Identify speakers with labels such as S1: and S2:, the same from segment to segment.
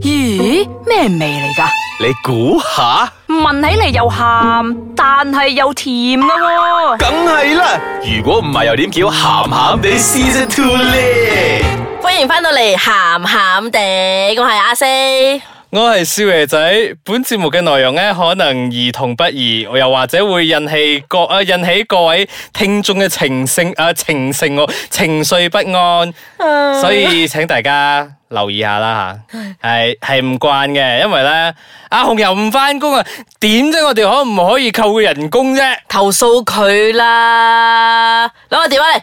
S1: 咦，咩味嚟噶？
S2: 你估下，
S1: 聞起嚟又鹹，但係又甜噶喎、
S2: 梗係啦。如果唔係，又點叫鹹鹹地 Season Two 咧？
S3: 歡迎翻到嚟，咸咸地，我係阿四。
S4: 我係少爺仔，本節目嘅內容咧可能兒童不宜，又或者會引起各啊引起各位聽眾嘅情性啊情性我情緒不安，所以請大家留意下啦吓，係係唔慣嘅，因為咧阿紅又唔翻工啊，點啫？我哋可唔可以扣佢人工啫？
S3: 投訴佢啦，攞個電話嚟。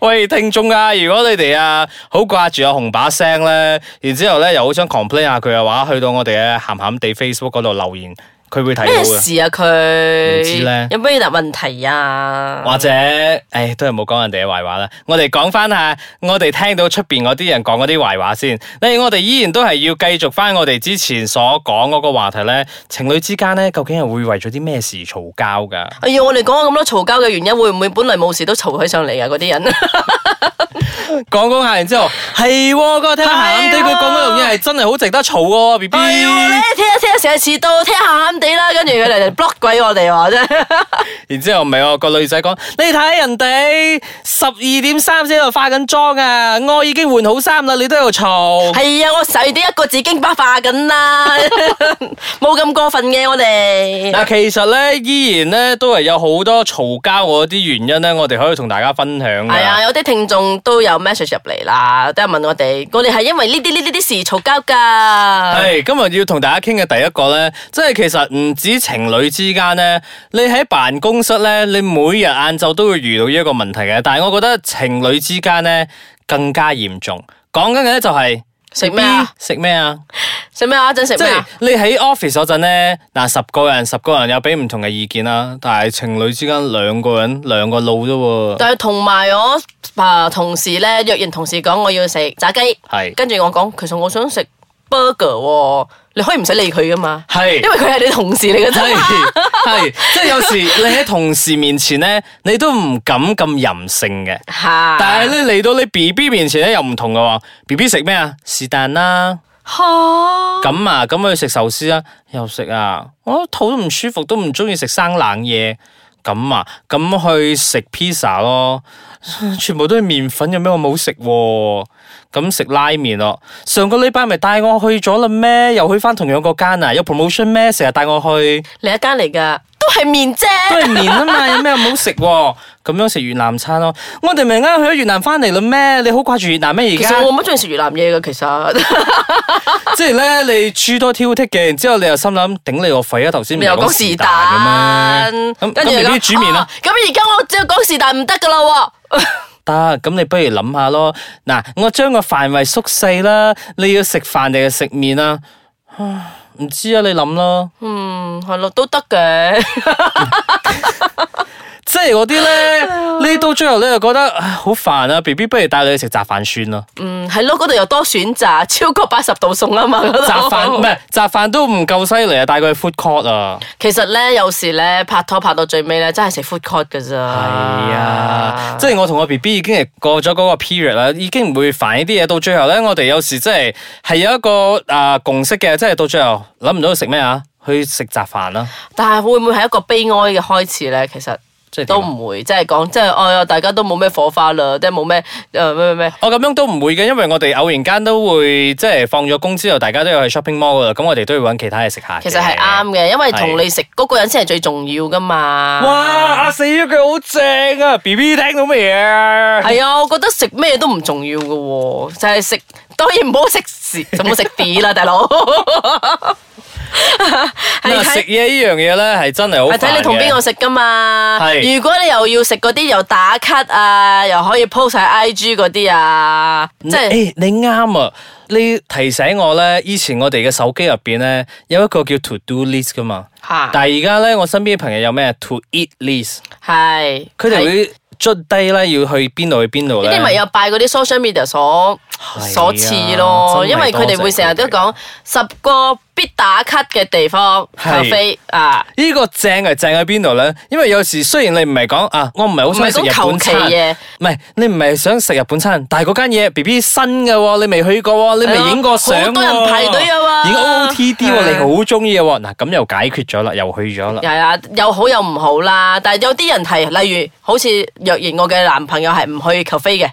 S4: 喂，聽眾啊，如果你哋啊好掛住阿紅把聲咧，然之後咧又好想 complain 下佢嘅話，去到我哋嘅鹹鹹地 Facebook 嗰度留言，佢會睇到
S3: 咩
S4: 嘅。
S3: 事啊佢？
S4: 唔知呢
S3: 有咩大問題啊？
S4: 或者，唉，都係冇講人哋嘅壞話啦。我哋講翻下，我哋聽到出邊嗰啲人講嗰啲壞話先。例如我哋依然都係要繼續翻我哋之前所講嗰個話題咧，情侶之間咧究竟係會為咗啲咩事嘈交㗎？
S3: 哎呀，我哋講咗咁多嘈交嘅原因，會唔會本來冇事都嘈起上嚟啊？嗰啲人
S4: 講講下，然之後係喎，個聽下鹹鹹地佢講嗰樣嘢係真係好值得嘈喎，B B。
S3: 係喎，你聽一聽成日遲到，聽下咸地啦，跟住佢哋就 block 鬼我哋話啫。
S4: 然之後咪有個女仔講：你睇人哋十二點三先喺度化緊妝啊，我已經換好衫啦，你都喺度嘈。
S3: 係啊，我十二點一個字經白化緊啦， 冇咁過分嘅我哋。
S4: 嗱，其實咧依然咧都係有好多嘈交嗰啲原因咧，我哋可以同大家分享㗎。
S3: 係啊，有啲聽眾都有 message 入嚟啦，都有問我哋，我哋係因為呢啲呢啲啲事嘈交㗎。
S4: 係今日要同大家傾嘅第一個咧，即係其實唔止情侶之間咧，你喺辦公室咧，你每日晏晝都會遇到呢一個問題嘅。但係我覺得情侶之間咧更加嚴重。講緊嘅咧就係
S3: 食咩啊？
S4: 食咩啊？
S3: 食咩啊？一陣食
S4: 即
S3: 咩
S4: 係
S3: 啊？
S4: 你喺 office 嗰陣咧，嗱十個人十個人有俾唔同嘅意見啦，但係情侶之間兩個人兩個路啫喎。
S3: 但係同埋我啊同事咧，若然同事講我要食炸雞，
S4: 係
S3: 跟住我講其實我想食 burger 喎，你可以唔使理佢噶嘛，
S4: 係
S3: 因為佢係你同事嚟嘅
S4: 係
S3: 啫。
S4: 係，即係有時你喺同事面前咧，你都唔敢咁任性嘅。
S3: 嚇！
S4: 但係咧嚟到你 B B 面前咧又唔同嘅喎，B B 食咩啊？是但啦，
S3: 嚇
S4: 咁啊，咁去食壽司啊，又食啊，我肚都唔舒服，都唔中意食生冷嘢，咁啊，咁去食 pizza 咯， 全部都係麵粉，有咩我冇食喎？咁食拉麵咯，上個禮拜咪帶我去咗啦咩？又去翻同樣嗰間啊，有 promotion 咩？成日帶我去。
S3: 另一間嚟㗎，都係面啫。
S4: 都係麵啊嘛，有咩唔好食喎？咁樣食越南餐咯，我哋咪啱去咗越南翻嚟啦咩？你好掛住越南咩？而
S3: 其
S4: 家
S3: 實我冇乜中意食越南嘢㗎，其實
S4: 即係咧，你諸多挑剔嘅，然之後你又心諗頂你個肺啊！頭先唔
S3: 你
S4: 係
S3: 又
S4: 講
S3: 講
S4: 是
S3: 是
S4: 但
S3: 但
S4: 嘅咩？，咁
S3: 跟
S4: 咁
S3: 住
S4: 未
S3: 又
S4: 必
S3: 講
S4: 煮麵
S3: 啊
S4: 啦，
S3: 咁而家我只係講是但唔得㗎啦喎。
S4: 得咁你不如諗下咯。嗱，我將個範圍縮細啦，你要食飯定係食麵啊？唉唔知啊，你諗咯。
S3: 嗯，係咯，都得嘅。
S4: 即係嗰啲咧，你到最後你就覺得唉好煩啊！B B 不如帶你去食雜飯算啦。
S3: 嗯，係咯，嗰度又多選擇，超過八十道餸啊 嘛。嗰 度
S4: 雜飯唔係雜飯都唔夠犀利啊！帶佢去 food court 啊。
S3: 其實咧，有時咧拍拖拍到最尾咧，真係食 food court 㗎咋。係
S4: 係啊，即係我同我 B B 已經係過咗嗰個 period 啦，已經唔會煩呢啲嘢。到最後咧，我哋有時真係係有一個啊、共識嘅，即係到最後諗唔到食咩啊，去食雜飯啦。
S3: 但係會唔會係一個悲哀嘅開始咧？其實
S4: 即係點
S3: 都
S4: 啊
S3: 唔會，即係講即係哎呀，大家都冇咩火花啦，即係冇咩誒咩咩咩。
S4: 我咁樣都唔會嘅，因為我哋偶然間都會即係放咗工之後，大家都有去 shopping mall 噶啦，咁我哋都要揾其他嘢食下嘅。
S3: 其實係啱嘅，因為同
S4: 係
S3: 你食嗰個人先係最重要噶嘛。
S4: 哇！阿死咗佢好正啊！B B 聽到乜嘢 啊？
S3: 係啊，我覺得食咩都唔重要嘅喎，就係、食，當然唔好食屎，就冇食啲啦，大 佬。
S4: 咁啊
S3: 係
S4: 食
S3: 睇
S4: 嘢呢樣嘢咧係真係好
S3: 係睇你同邊個
S4: 個
S3: 食噶嘛。
S4: 係
S3: 如果你又要食嗰啲又打卡啊，又可以 post 晒 IG 嗰啲啊，即係。
S4: 嗯誒你啱啊！你提醒我咧，以前我哋嘅手機入邊咧有一個叫 to do list 噶嘛，
S3: 嚇
S4: 但係而家咧我身邊嘅朋友有咩 to eat list，
S3: 係
S4: 佢哋
S3: 係
S4: 會捽低咧要去邊度去邊度
S3: 呢
S4: 咧。
S3: 啲咪有拜嗰啲 social media 所
S4: 啊
S3: 所賜咯，
S4: 真係
S3: 因為佢哋會成日都講十個必必打卡嘅地方
S4: 係
S3: 咖啡啊，
S4: 呢個正係正喺邊度咧？因為有時雖然你唔係講啊，我唔係好想食
S3: 唔係
S4: 日
S3: 講求
S4: 本
S3: 其
S4: 餐，
S3: 嘢
S4: 唔係你唔係想食日本餐，但係嗰間嘢 B B 新嘅喎，你未去過喎，你
S3: 係
S4: 未
S3: 咯
S4: 影過相喎，
S3: 好多人排隊啊嘛
S4: 影 O T D
S3: 係
S4: 喎，你好中意嘅喎，嗱咁又解決咗啦，又去咗啦
S3: 係。啊，有好有唔好啦。但係有啲人係，例如好似若然我嘅男朋友係唔去咖啡嘅，係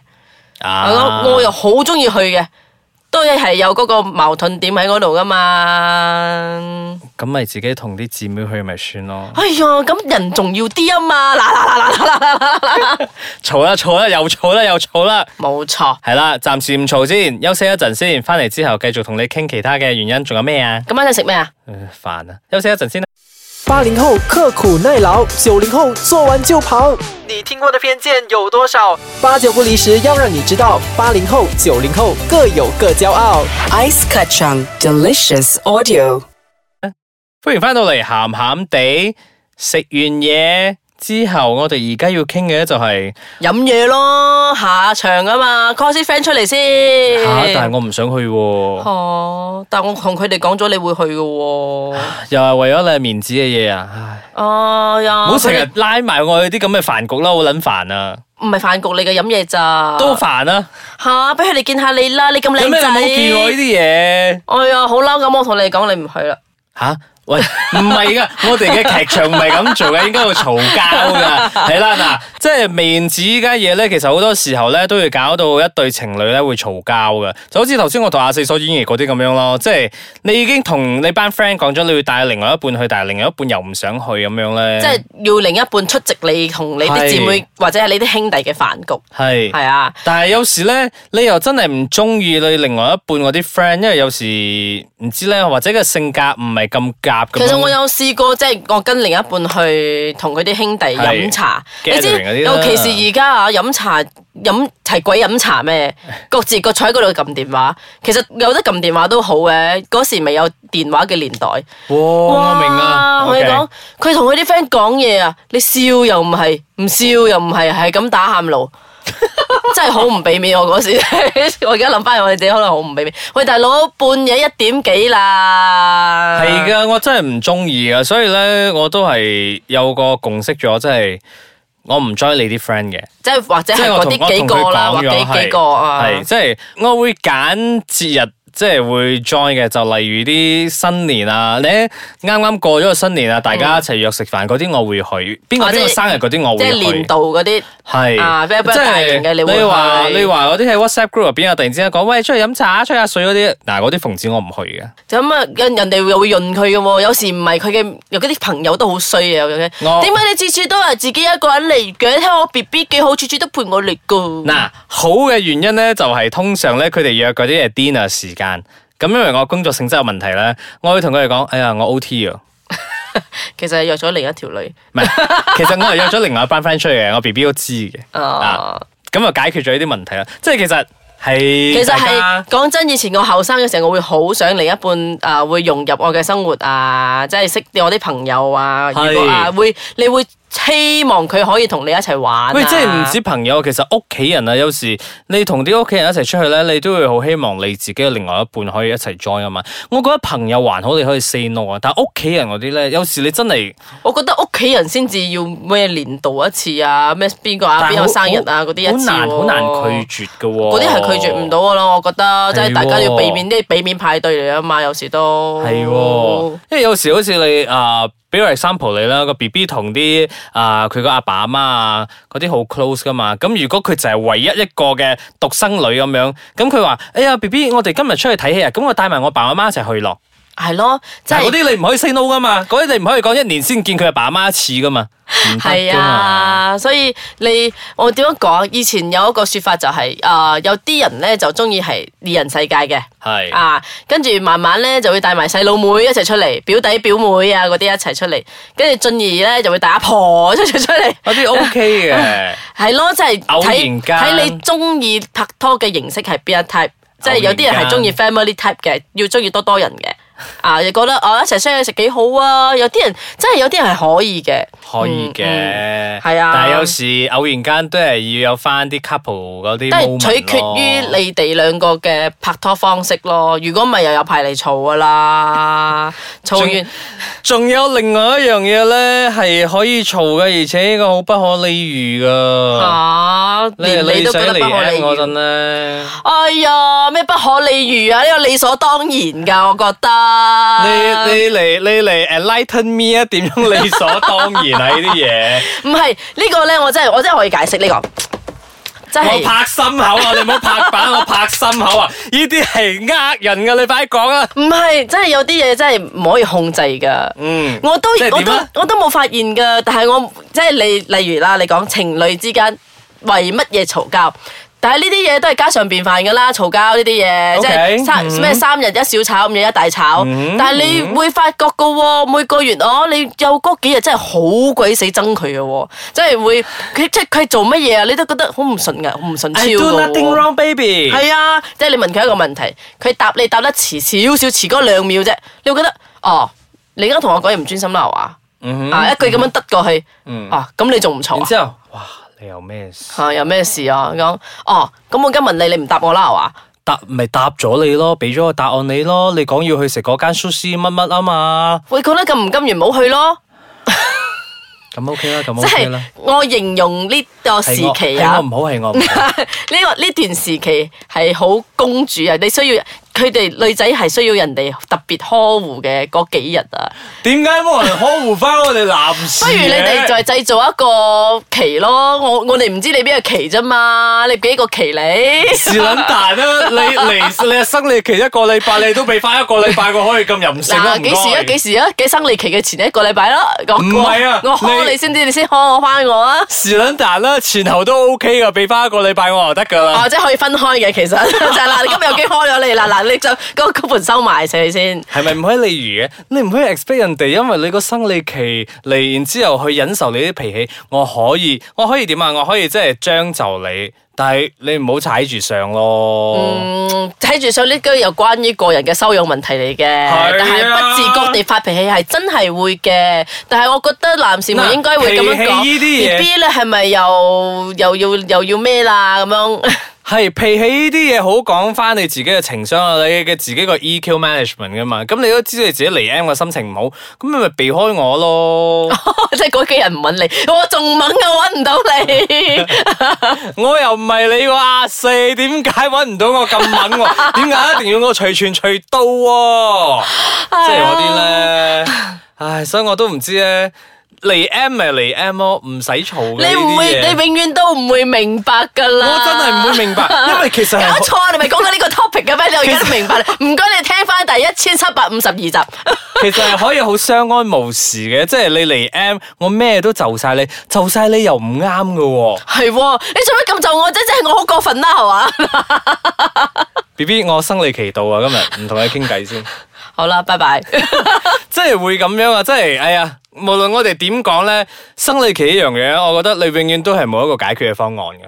S4: 啊
S3: 咯，我又好中意去嘅，都係有嗰個矛盾點喺嗰度噶嘛。
S4: 咁咪自己同啲姊妹去咪算咯，
S3: 哎呀，咁人重要啲啊嘛，嗱嗱嗱嗱嗱嗱嗱嗱嗱，
S4: 嘈啦嘈啦又嘈啦又嘈啦。
S3: 冇錯。
S4: 係啦，暫時唔嘈先，休息一陣先，翻嚟之後繼續同你傾其他嘅原因，仲有咩啊？
S3: 今晚想食咩啊？
S4: 呃煩啊，休息一陣先啦。
S5: 八零后刻苦耐劳，九零后做完就跑。
S6: 你听过的偏见有多少？
S5: 八九不离十，要让你知道，八零后、九零后各有各骄傲。
S7: Ice Kachang Delicious Audio.
S4: 歡迎翻到嚟，咸咸地食完嘢之後，我哋而家要傾嘅就係
S3: 飲嘢咯，下場啊嘛，call 啲 friend 出嚟先。
S4: 吓，但係我唔想去、喎，
S3: 哦，但我同佢哋講咗你會去嘅喎、
S4: 又係為咗你面子嘅嘢啊！唉
S3: 哎呀，
S4: 唔好成
S3: 佢
S4: 日
S3: 哋
S4: 拉埋我去啲咁嘅飯局啦，好撚煩啊，
S3: 唔係飯局嚟嘅，飲嘢咋？
S4: 都煩啊！
S3: 吓，俾佢哋見下你啦，你咁
S4: 有
S3: Oh 靚
S4: 咩
S3: 仔。
S4: 你冇見我呢啲嘢？
S3: 哎呀，好嬲咁，我同你講，你唔去啦。
S4: 吓？喂，唔係噶， 我哋嘅劇場唔係咁做嘅，應該會嘈交 噶。係啦，嗱，即係面子依家嘢咧，其實好多時候咧都會搞到一對情侶咧會嘈交嘅，就好似頭先我同阿四所演繹嗰啲咁樣咯。即係你已經同你班 friend 講咗你會帶另外一半去，但係另外一半又唔想去咁樣咧，
S3: 即係要另一半出席你同你啲姊妹或者係你啲兄弟嘅飯局。
S4: 係
S3: 係啊，
S4: 但係有時咧，你又真係唔中意你另外一半嗰啲 friend，因為有時唔知咧，或者個性格唔係咁夾咁樣。
S3: 其實我有試過，即係我跟另一半去同佢啲兄弟飲茶，
S4: 係
S3: 你知
S4: gathering 嗰啲
S3: 尤
S4: 啦
S3: 其是而家啊，飲茶飲係鬼飲茶咩？各自各坐喺嗰度撳電話，其實有得撳電話都好嘅，嗰時未有電話嘅年代。
S4: 哇，我明啊，
S3: 我同你
S4: ờ, OK
S3: 講，佢同佢啲 friend à? 講嘢啊，你笑又唔係，唔笑又唔係，係咁打喊路。真係好唔俾面，我嗰 時，我而家諗翻我哋自己可能好唔俾面。喂，大佬，半夜一點幾啦，
S4: 係噶，我真係唔中意噶，所以咧我都係有個共識咗，即係我唔 join 你啲 friend 嘅，
S3: 即係或者
S4: 即
S3: 係
S4: 係我
S3: 嗰
S4: 同
S3: 啲幾個啦，
S4: 我
S3: 或
S4: 同
S3: 者
S4: 佢講咗係
S3: 幾個啊，
S4: 係即係我會揀節日。即係會 join 嘅，就例如啲新年啊，你啱啱過咗個新年啊，大家一齊約食飯嗰啲，我會去。邊個
S3: 或者
S4: 邊個生日嗰啲，我
S3: 嗯啊即
S4: 會
S3: 係
S4: 去
S3: 年。度嗰啲。
S4: 係
S3: 啊比較比較大型嘅你會去
S4: 你話你話嗰啲喺 WhatsApp group 入邊啊，突然之間講喂出去飲茶、吹下水嗰啲，嗱嗰啲奉旨我唔去嘅。
S3: 咁啊，人人哋又會潤佢嘅喎，有時唔係佢嘅，有啲朋友都好衰嘅，有嘅。
S4: 我
S3: 點解你次次都係自己一個人嚟嘅？你睇我 B B 幾好，次次都陪我嚟噶。
S4: 嗱，好嘅原因咧，就係、通常咧，佢哋約嗰啲係 dinner 時間。咁因為我工作性質有問題咧，我會同佢哋講：哎呀，我 O T 啊，
S3: 其實係約咗另一條女。
S4: 唔係， 其實我係約咗另外一班 friend 出嚟嘅，我 B B 都知嘅。啊
S3: 啊，
S4: 咁就解決咗呢啲問題啦。即係其實係
S3: 其實
S4: 大
S3: 係啊
S4: 家
S3: 講真，以前我後生嘅時候，我會好想另一半啊，會融入我嘅生活啊，即係識我啲朋友啊。
S4: 係
S3: 如果啊，會你會希望佢可以同你一齊玩啊。
S4: 喂，即係唔止朋友，其實屋企人啊，有時你同啲屋企人一齊出去咧，你都會好希望你自己嘅另外一半可以一齊 join 啊嘛。我覺得朋友還好，你可以 say no 啊，但係屋企人嗰啲咧，有時你真係〜
S3: 我覺得屋企人先至要咩年度一次啊，咩邊個啊，
S4: 但係
S3: 邊
S4: 好
S3: 個生日啊嗰啲一次
S4: 好難好
S3: 喎
S4: 難拒絕嘅喎。
S3: 嗰啲係拒絕唔到。嘅咯，我覺得即
S4: 係喎
S3: 係大家要避免啲避免派對嚟啊嘛，有時都
S4: 係喎，因為有時好似你啊，呃比如 example 你啦，個 B B 同啲啊佢個阿爸阿媽啊嗰啲好 close 噶嘛，咁如果佢就係唯一一個嘅獨生女咁樣，咁佢話：哎呀 B B，我哋今日出去睇戲啊，咁我帶埋我爸阿媽一齊去咯。
S3: 係咯，即
S4: 但係
S3: 係
S4: 嗰啲你唔可以 say no 噶嘛，嗰啲你唔可以講一年先見佢阿爸阿媽一次噶嘛，唔得
S3: 係
S4: 㗎嘛。
S3: 啊，所以你我點樣講？以前有一個説法就係、啊、有啲人咧就中意係二人世界嘅。
S4: 係
S3: 啊，跟住慢慢咧就會帶埋細佬妹一齊出嚟，表弟表妹啊嗰啲一齊出嚟，跟住進而咧就會帶阿婆一齊出 嚟，
S4: 嗰啲 OK 嘅。
S3: 係咯，即係
S4: 哦偶然
S3: 睇
S4: 間
S3: 睇你中意拍拖嘅形式係邊一 type，即係有啲人係中意 family type 嘅，要中意多多人嘅。啊，又覺得啊一齊 share 嘢食幾好啊，有啲人真係有啲人係可以嘅，
S4: 可以嘅，
S3: 嗯嗯係啊
S4: 但係有時偶然間都係要有翻啲 couple 嗰啲 moment
S3: 都係
S4: 咯，
S3: 取決於你哋兩個嘅拍拖方式咯。如果唔係又有排嚟嘈噶 啦，嘈
S4: 仲
S3: 完
S4: 仲有另外一樣嘢咧，係可以嘈嘅，而且呢個好不可理喻噶。啊
S3: 嚇，啊連你都覺得不可理
S4: 嗰
S3: 喻。
S4: 陣咧，
S3: 哎呀，咩不可理喻啊？呢個理所當然㗎，我覺得。
S4: 你你嚟你嚟 enlighten me 啊， 點樣理所當然啊呢啲嘢？
S3: 唔係呢個咧，我真係我真係可以解釋呢個，真
S4: 我
S3: 係。
S4: 拍心口啊！你唔好拍板，我拍心 口啊！呢啲係呃人噶，你快講啊！
S3: 唔係，真係有啲嘢真係唔可以控制㗎。
S4: 嗯，
S3: 我都
S4: 即係
S3: 我
S4: 點
S3: 都
S4: 啊
S3: 我都冇發現㗎，但係我即係你例如啦，你講情侶之間為乜嘢嘈交？但係呢啲嘢都係家常便飯㗎啦，嘈交呢啲嘢
S4: OK，嗯
S3: 即係三咩三日一小吵，五日一大吵。但係你會發覺㗎喎，每個月哦，你有嗰幾日真係好鬼死憎佢嘅喎，即係會佢即係佢做乜嘢啊？你都覺得好唔順眼，好唔順超
S4: I
S3: 㗎
S4: do nothing
S3: 喎。
S4: wrong, baby。
S3: 係啊，即係你問佢一個問題，佢答你答得遲少少，遲嗰兩秒啫，你會覺得哦，你啱同我講嘢唔專心啦，係嘛？
S4: 嗯
S3: 啊，一句咁樣得過去，啊，咁你仲唔嘈
S4: 然
S3: 啊？
S4: 之後，哇！你有咩事？
S3: 啊，有咩事啊？講哦，咁我今日問你，你唔答我啦，係嘛？
S4: 答咪答咗你咯，俾咗個答案你咯。你講要去食嗰間 sushi 乜乜啊嘛，
S3: 喂，講得咁唔甘願，唔好去咯。
S4: 咁 OK 啦，咁
S3: 即
S4: OK
S3: 係
S4: 啦。
S3: 我形容呢個時
S4: 係我
S3: 期
S4: 係
S3: 啊
S4: 我，唔好係我唔好。
S3: 呢個呢段時期係好公主啊，你需要佢哋女仔係需要人哋特別呵護嘅嗰幾日啊。
S4: 點解冇人呵護翻我哋男士
S3: 不
S4: 嘅？
S3: 如你哋再製造一個期咯，我我哋唔知你邊個期啫嘛，你俾個期你。
S4: 是撚蛋啦！你嚟你生理期一個禮拜，你都俾翻一個禮拜我可以咁任性啊！
S3: 嗱，幾時啊？幾
S4: 時？
S3: 時啊？幾生理期嘅前一個禮拜啦。我
S4: 唔係啊
S3: 我我呵
S4: 你
S3: 你先知，你先呵我翻我啊。
S4: 是撚蛋啦，前後都 OK 噶，俾翻一個禮拜我就得噶啦
S3: 哦，。即係可以分開嘅，其實 就係嗱，你今日有幾開咗你啦，嗱，你就嗰嗰盤收埋死你先。
S4: 係咪唔可以例如嘅？你唔可以 expect 人哋，因為你個生理期嚟，然之後去忍受你啲脾氣。我可以，我可以點啊？我可以即係將就你，但係你唔好踩住上咯。
S3: 嗯，睇住上呢句又關於個人嘅修養問題嚟嘅，
S4: 啊
S3: 但係不自覺地發脾氣係真係會嘅。但係我覺得男士
S4: 嗱
S3: 們應該會咁樣講
S4: 脾氣呢啲嘢
S3: ，B B 咧係咪又又要又要咩啦咁樣？
S4: 係脾氣呢啲嘢好講翻你自己嘅情商啊，你嘅自己個 EQ management 噶嘛。咁你都知道你自己嚟 M 嘅心情唔好，咁你咪避開我咯。
S3: 即係嗰幾人唔揾你，我仲猛啊揾唔到 你。
S4: 我又唔係你個阿四，點解揾唔到我咁猛 喎？點解一定要我隨傳隨到喎、即係嗰啲咧，唉，所以我都唔知咧。嚟 M 咪嚟 M 咯，唔使嘈嘅
S3: 你唔會，
S4: 呢啲嘢
S3: 你永遠都唔會明白㗎
S4: 我
S3: 啦。
S4: 真係唔會明白，因為其實
S3: 搞
S4: 係
S3: 錯，你咪講緊呢個 topic 嘅咩？你而家都明白啦。唔該，你聽翻第一千七百五十二集。
S4: 其實係可以好相安無事嘅，即係你嚟 M，我咩都就晒你，就晒你又唔啱嘅喎。
S3: 係喎，你做乜咁就我啫？即係我好過分啦，係 嘛？
S4: B B，我生理期到啊，今日唔同你傾偈先，
S3: 好啦，拜 拜。
S4: 即係會咁樣啊！即係哎呀，無論我哋點講咧，生理期呢樣嘢，我覺得你永遠都係冇一個解決嘅方案嘅。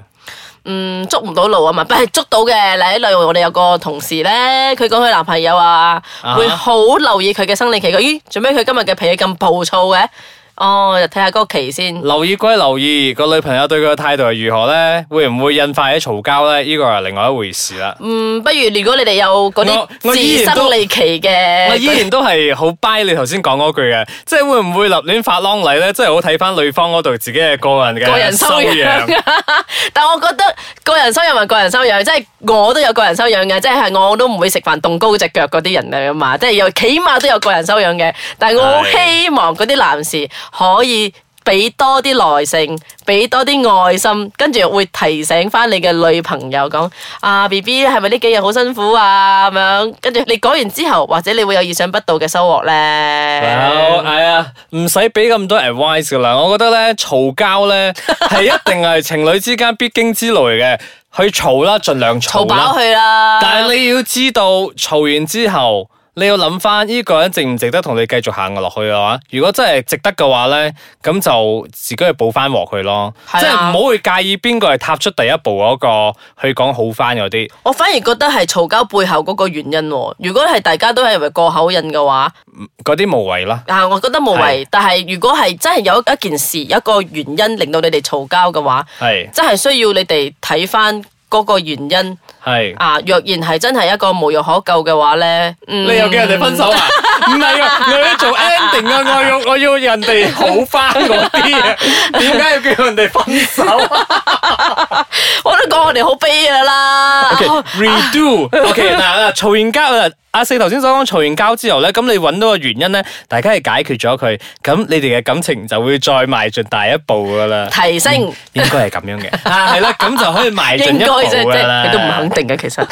S3: 嗯，捉唔到路啊嘛，但係捉到嘅。例例如我哋有個同事咧，佢講佢男朋友啊，
S4: 啊哈
S3: 會好留意佢嘅生理期。佢咦，做咩佢今日嘅脾氣咁暴躁嘅？哦，就睇下嗰個期先。
S4: 留意歸留意，個女朋友對佢嘅態度係如何咧？會唔會引發起嘈交咧？呢個係另外一回事啦。
S3: 嗯，不如如果你哋有嗰
S4: 我我
S3: 啲
S4: 依
S3: 自
S4: 然都
S3: 生理期
S4: 我依
S3: 嘅，
S4: 然都係好 buy 你頭先講嗰句嘅，即係會唔會立亂發啷禮咧？即係好睇翻女方嗰度自己嘅個人嘅
S3: 個人修養。 但我覺得個人修養咪個人修養，即係我都有個人修養嘅，即係我都唔會食飯動高只腳嗰啲人嚟啊嘛，即係又起碼都有個人修養嘅。但係我
S4: 係
S3: 希望嗰啲男士可以。俾多啲耐性，俾多啲愛心，跟住會提醒翻你嘅女朋友講：啊，B B 係咪呢幾日好辛苦啊？咁樣，跟住你講完之後，或者你會有意想不到嘅收穫咧。
S4: 有係啊，唔使俾咁多 advice 噶啦。我覺得咧，嘈 交咧係一定係情侶之間必經之類嘅，去嘈啦，盡量
S3: 嘈
S4: 嘈
S3: 飽
S4: 啦。
S3: 佢啦。
S4: 但係你要知道，嘈完之後。你要諗翻呢個人值唔值得同你繼續行落去嘅話，如果真係值得嘅話咧，咁就自己去補翻鑊佢咯，
S3: 係啊
S4: 即係唔好去介意邊個係踏出第一步嗰、個去講好翻嗰啲。
S3: 我反而覺得係嘈交背後嗰個原因喎。如果係大家都係為過口癮嘅話，
S4: 嗰啲無謂啦。
S3: 啊，我覺得無謂。但係如果係真係有一件事、有一個原因令到你哋嘈交嘅話，
S4: 係
S3: 真係需要你哋睇翻嗰個原因
S4: 係，
S3: 啊。若然係真係一個無藥可救嘅話咧，嗯，
S4: 你又叫人哋分手啊？唔係啊，我要做 ending 啊！我要我要人哋好翻嗰啲啊！點解要叫人哋分手
S3: 我都講我哋好悲噶啦。
S4: ？Redo。OK 嗱嗱，嘈完交啊！阿四頭先所講嘈完交之後咧，咁你揾到個原因咧，大家係解決咗佢，咁你哋嘅感情就會再邁進第一步噶啦。
S3: 提升
S4: 應該係咁樣嘅，啊係啦，咁就可以邁進
S3: 應
S4: 一
S3: 該啫，
S4: 步
S3: 即
S4: 噶
S3: 係
S4: 啦。
S3: 你都唔肯定嘅其 實。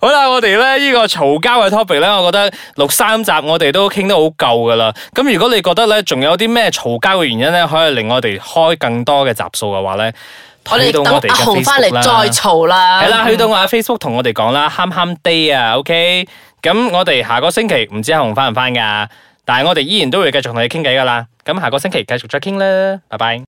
S4: 好啦，我哋咧呢個嘈交嘅 topic 咧，我覺得六三集我哋都傾得好夠噶啦。咁如果你覺得咧仲有啲咩嘈交嘅原因咧，可以令我哋開更多嘅集數嘅話咧，
S3: 我
S4: 去
S3: 哋
S4: 到
S3: 等
S4: 我哋
S3: 阿
S4: 嘅
S3: 紅翻嚟
S4: Facebook 啦
S3: 再嘈啦。
S4: 係啦，去到我嘅 Facebook 同我哋講啦，喊喊 day 啊，OK。咁我哋下個星期唔知阿紅翻唔翻噶，但係我哋依然都會繼續同你傾偈噶啦。咁下個星期繼續再傾啦，拜拜。